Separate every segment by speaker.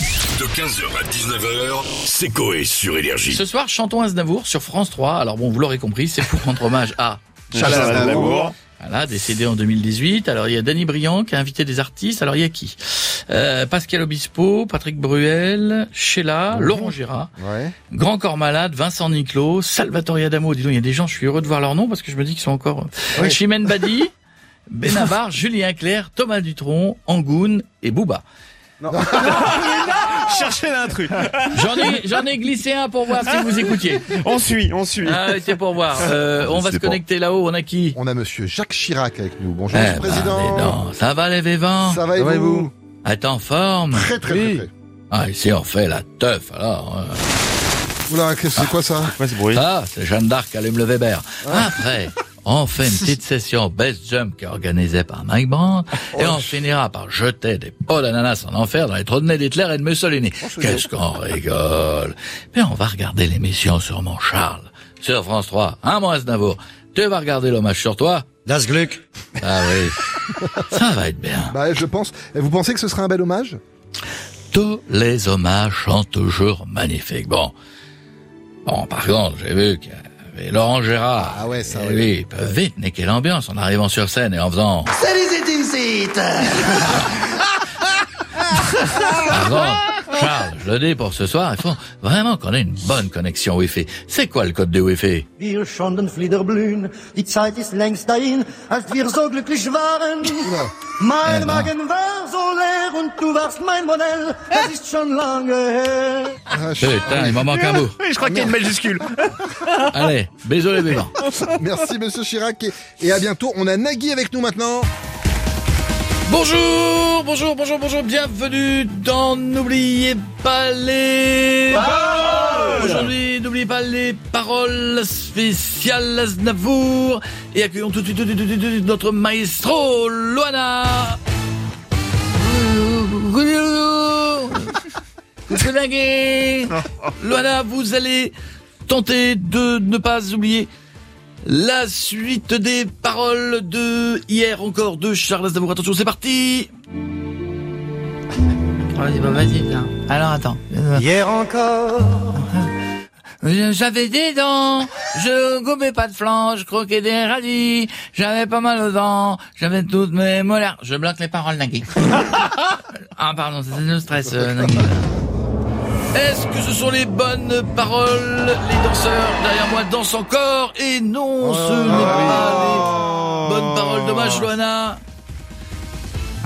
Speaker 1: De 15h à 19h, c'est Coé sur Énergie.
Speaker 2: Ce soir, chantons Aznavour sur France 3. Alors bon, vous l'aurez compris, c'est pour rendre hommage à... Voilà, décédé en 2018. Alors il y a Danny Briand qui a invité des artistes. Alors il y a qui Euh, Pascal Obispo, Patrick Bruel, Sheila, Laurent Gérard,
Speaker 3: Ouais.
Speaker 2: Grand Corps Malade, Vincent Niclot, Salvatore Adamo. Dis donc, il y a des gens, je suis heureux de voir leur nom parce que je me dis qu'ils sont encore... euh, Chimène Badi, Benabar, Julien Clerc, Thomas Dutronc, Angoun et Bouba.
Speaker 4: Cherchez l'intrus.
Speaker 2: J'en ai, j'en ai glissé un pour voir si vous écoutiez.
Speaker 4: On suit, on suit.
Speaker 2: Ah, c'est pour voir. Euh, on va se
Speaker 1: C'est bon.
Speaker 2: connecter là-haut. On a qui
Speaker 3: On a monsieur Jacques Chirac avec nous. Bonjour,
Speaker 2: Eh
Speaker 3: monsieur
Speaker 2: ben,
Speaker 3: le président.
Speaker 2: dis donc, ça va les vivants
Speaker 3: Ça va et
Speaker 4: va et
Speaker 3: vous,
Speaker 4: vous
Speaker 2: Êtes en forme
Speaker 3: Très, très,
Speaker 4: Oui.
Speaker 3: très, très.
Speaker 2: Ah, ici on fait la teuf alors. euh.
Speaker 3: Oula, qu'est-ce- c'est quoi ça
Speaker 4: Quoi ce bruit
Speaker 2: Ah, c'est Jeanne d'Arc, allume le Weber. Après, on fait une petite session Best Jump qui est organisée par Mike Brandt et on finira par jeter des pots d'ananas en enfer dans les trous de nez d'Hitler et de Mussolini. Qu'est-ce qu'on rigole Mais on va regarder l'émission sur mon Charles, sur France 3, un mois Aznavour. Tu vas regarder l'hommage sur toi
Speaker 5: Das Glück.
Speaker 2: Ah oui, ça va être bien.
Speaker 3: Bah, je pense. Et Vous pensez que ce serait un bel hommage
Speaker 2: tous les hommages sont toujours magnifiques. Bon, bon par contre, j'ai vu qu'il y avait Laurent Gérard.
Speaker 3: Ah ouais, ça,
Speaker 2: Et
Speaker 3: ouais.
Speaker 2: oui, il peut vite niquer l'ambiance en arrivant sur scène et en faisant... Salut, c'est Par contre, Charles, je le dis pour ce soir, il faut vraiment qu'on ait une bonne connexion Wi-Fi. C'est quoi le code de Wi-Fi
Speaker 5: Wir schanden Fliederblühen, die Zeit ist längst dahin, als wir so glücklich waren. Mein
Speaker 2: Äh,
Speaker 5: Magen war so leer und du warst mein Modell, das ist schon lange her.
Speaker 3: Ah, je-
Speaker 2: Putain, il m'en manque un bout.
Speaker 4: Je crois qu'il y a une majuscule.
Speaker 2: Allez, bisous les vivants.
Speaker 3: Merci, monsieur Chirac. Et, et à bientôt. On a Nagui avec nous maintenant.
Speaker 2: Bonjour, bonjour, bonjour, bonjour, bienvenue dans N'oubliez pas les paroles Aujourd'hui, n'oubliez pas les paroles spéciales Aznavour et accueillons tout de suite, tout de suite, tout de suite, tout de suite notre maestro Loana Loana, vous allez tenter de ne pas oublier la suite des paroles de hier encore de Charles Aznavour. Attention, c'est parti Oh, c'est pas facile, hein. Alors, attends.
Speaker 5: Hier encore,
Speaker 2: J'avais des dents, je gobais pas de flanc, je croquais des radis, j'avais pas mal aux dents, j'avais toutes mes molaires. Je bloque les paroles, Nagui. ah, pardon, c'est le stress, euh, Nagui. Est-ce que ce sont les bonnes paroles Les danseurs derrière moi dansent encore, et non, ce
Speaker 3: Oh.
Speaker 2: n'est
Speaker 3: Ah
Speaker 2: pas les Bonne parole, dommage, Loana.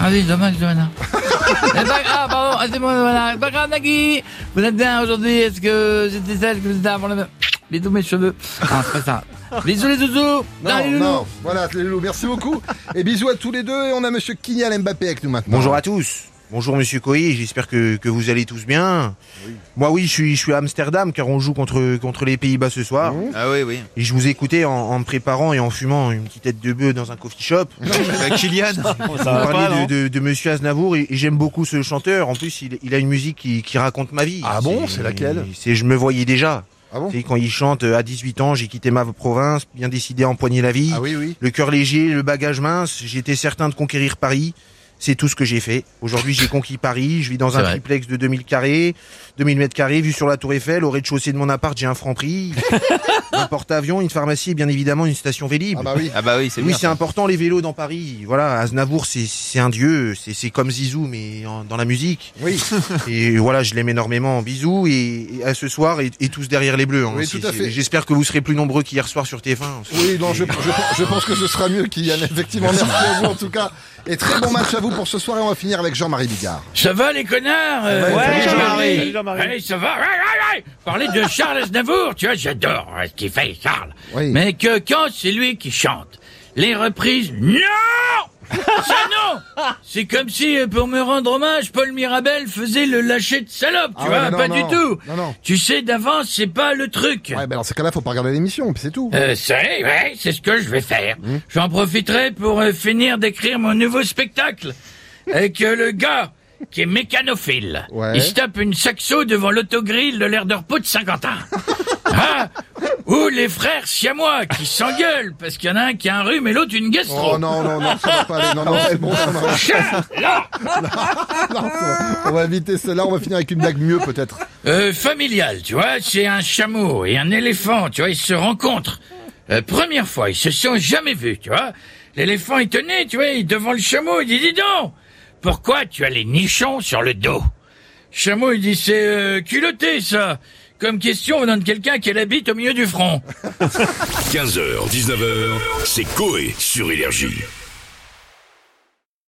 Speaker 2: Ah oui, dommage, Loana. C'est pas grave, pardon, ah, c'est moi, Loana. C'est pas grave, Nagui. Vous êtes bien aujourd'hui, est-ce que j'étais celle que vous étiez avant le... Bisous, mes cheveux. Ah, c'est pas ça. Bisous, les zouzous.
Speaker 3: Non,
Speaker 2: Salut, loulou.
Speaker 3: non. Voilà, les loulous, merci beaucoup. Et bisous à tous les deux. Et on a monsieur Kylian Mbappé avec nous maintenant.
Speaker 6: Bonjour à tous. Bonjour Monsieur Coy, j'espère que, que vous allez tous bien. Moi oui, je suis, je suis à Amsterdam car on joue contre, contre les Pays-Bas ce soir.
Speaker 4: Ah oui, oui.
Speaker 6: Et je vous écoutais en, en me préparant et en fumant une petite tête de bœuf dans un coffee shop.
Speaker 4: Bah, Kylian,
Speaker 6: Vous parliez de, de, de Monsieur Aznavour et, et j'aime beaucoup ce chanteur. En plus, il, il a une musique qui, qui raconte ma vie.
Speaker 3: Ah bon, c'est laquelle
Speaker 6: C'est Je me voyais déjà.
Speaker 3: Ah bon
Speaker 6: c'est quand il chante euh, à 18 ans, j'ai quitté ma province, bien décidé à empoigner la vie.
Speaker 3: Ah oui, oui.
Speaker 6: Le cœur léger, le bagage mince, j'étais certain de conquérir Paris. C'est tout ce que j'ai fait. Aujourd'hui, j'ai conquis Paris. Je vis dans
Speaker 2: C'est
Speaker 6: un
Speaker 2: vrai.
Speaker 6: triplex de 2000 carrés, 2000 mètres carrés, vu sur la Tour Eiffel. Au rez-de-chaussée de mon appart, j'ai un franc prix, un porte-avions, une pharmacie et bien évidemment une station Vélib.
Speaker 3: Ah bah oui.
Speaker 4: Ah bah oui, c'est
Speaker 6: oui,
Speaker 4: bien.
Speaker 6: c'est important les vélos dans Paris. Voilà, Aznavour, c'est- c'est un dieu. C'est c'est comme Zizou, mais en- dans la musique.
Speaker 3: Oui,
Speaker 6: Et voilà, je l'aime énormément. Bisous et, et à ce soir et, et tous derrière les bleus. hein.
Speaker 3: Oui,
Speaker 6: C'est-
Speaker 3: tout à
Speaker 6: c'est-
Speaker 3: fait.
Speaker 6: J'espère que vous serez plus nombreux qu'hier soir sur TF1.
Speaker 3: oui, non, je, je, je pense que ce sera mieux, Kylian. Effectivement, merci à vous en tout cas. Et très bon match à vous pour ce soir. Et on va finir avec Jean-Marie Bigard.
Speaker 2: Ça va, les connards euh,
Speaker 3: Ouais,
Speaker 2: salut,
Speaker 4: Jean-Marie.
Speaker 2: Jean-Marie. Allez, ça va. Ouais, ouais, ouais. Parler de Charles Aznavour, tu vois, j'adore euh, ce qu'il fait, Charles.
Speaker 3: Oui.
Speaker 2: Mais que quand c'est lui qui chante, les reprises, non Ça non C'est comme si, euh, pour me rendre hommage, Paul Mirabel faisait le lâcher de salope, tu
Speaker 3: Ah ouais,
Speaker 2: vois,
Speaker 3: mais non,
Speaker 2: pas
Speaker 3: non.
Speaker 2: du tout.
Speaker 3: Non, non.
Speaker 2: Tu sais, d'avance, c'est pas le truc.
Speaker 3: Ouais, bah dans ces cas-là, faut pas regarder l'émission, puis c'est tout.
Speaker 2: Euh, c'est, ouais, c'est ce que je vais faire.
Speaker 3: Hmm.
Speaker 2: J'en profiterai pour euh, finir d'écrire mon nouveau spectacle. Avec euh, le gars qui est mécanophile.
Speaker 3: Ouais.
Speaker 2: Il se tape une saxo devant l'autogrill de l'air de repos de Saint-Quentin. ah, Ou les frères siamois qui s'engueulent parce qu'il y en a un qui a un rhume et l'autre une gastro.
Speaker 3: Oh non, non, non, ça va pas aller. Non, non, c'est bon, ça va. Non, faut- on va éviter cela, on va finir avec une blague mieux peut-être.
Speaker 2: Euh, familial, tu vois, c'est un chameau et un éléphant, tu vois, ils se rencontrent. Euh, première fois, ils se sont jamais vus, tu vois. L'éléphant, il tenait, tu vois, il- devant le chameau, il dit, dis donc, pourquoi tu as les nichons sur le dos Chameau, il dit, c'est euh, culotté, ça. Comme question venant de quelqu'un qui a la bite au milieu du front.
Speaker 1: 15h, 19h, c'est Coé sur Énergie.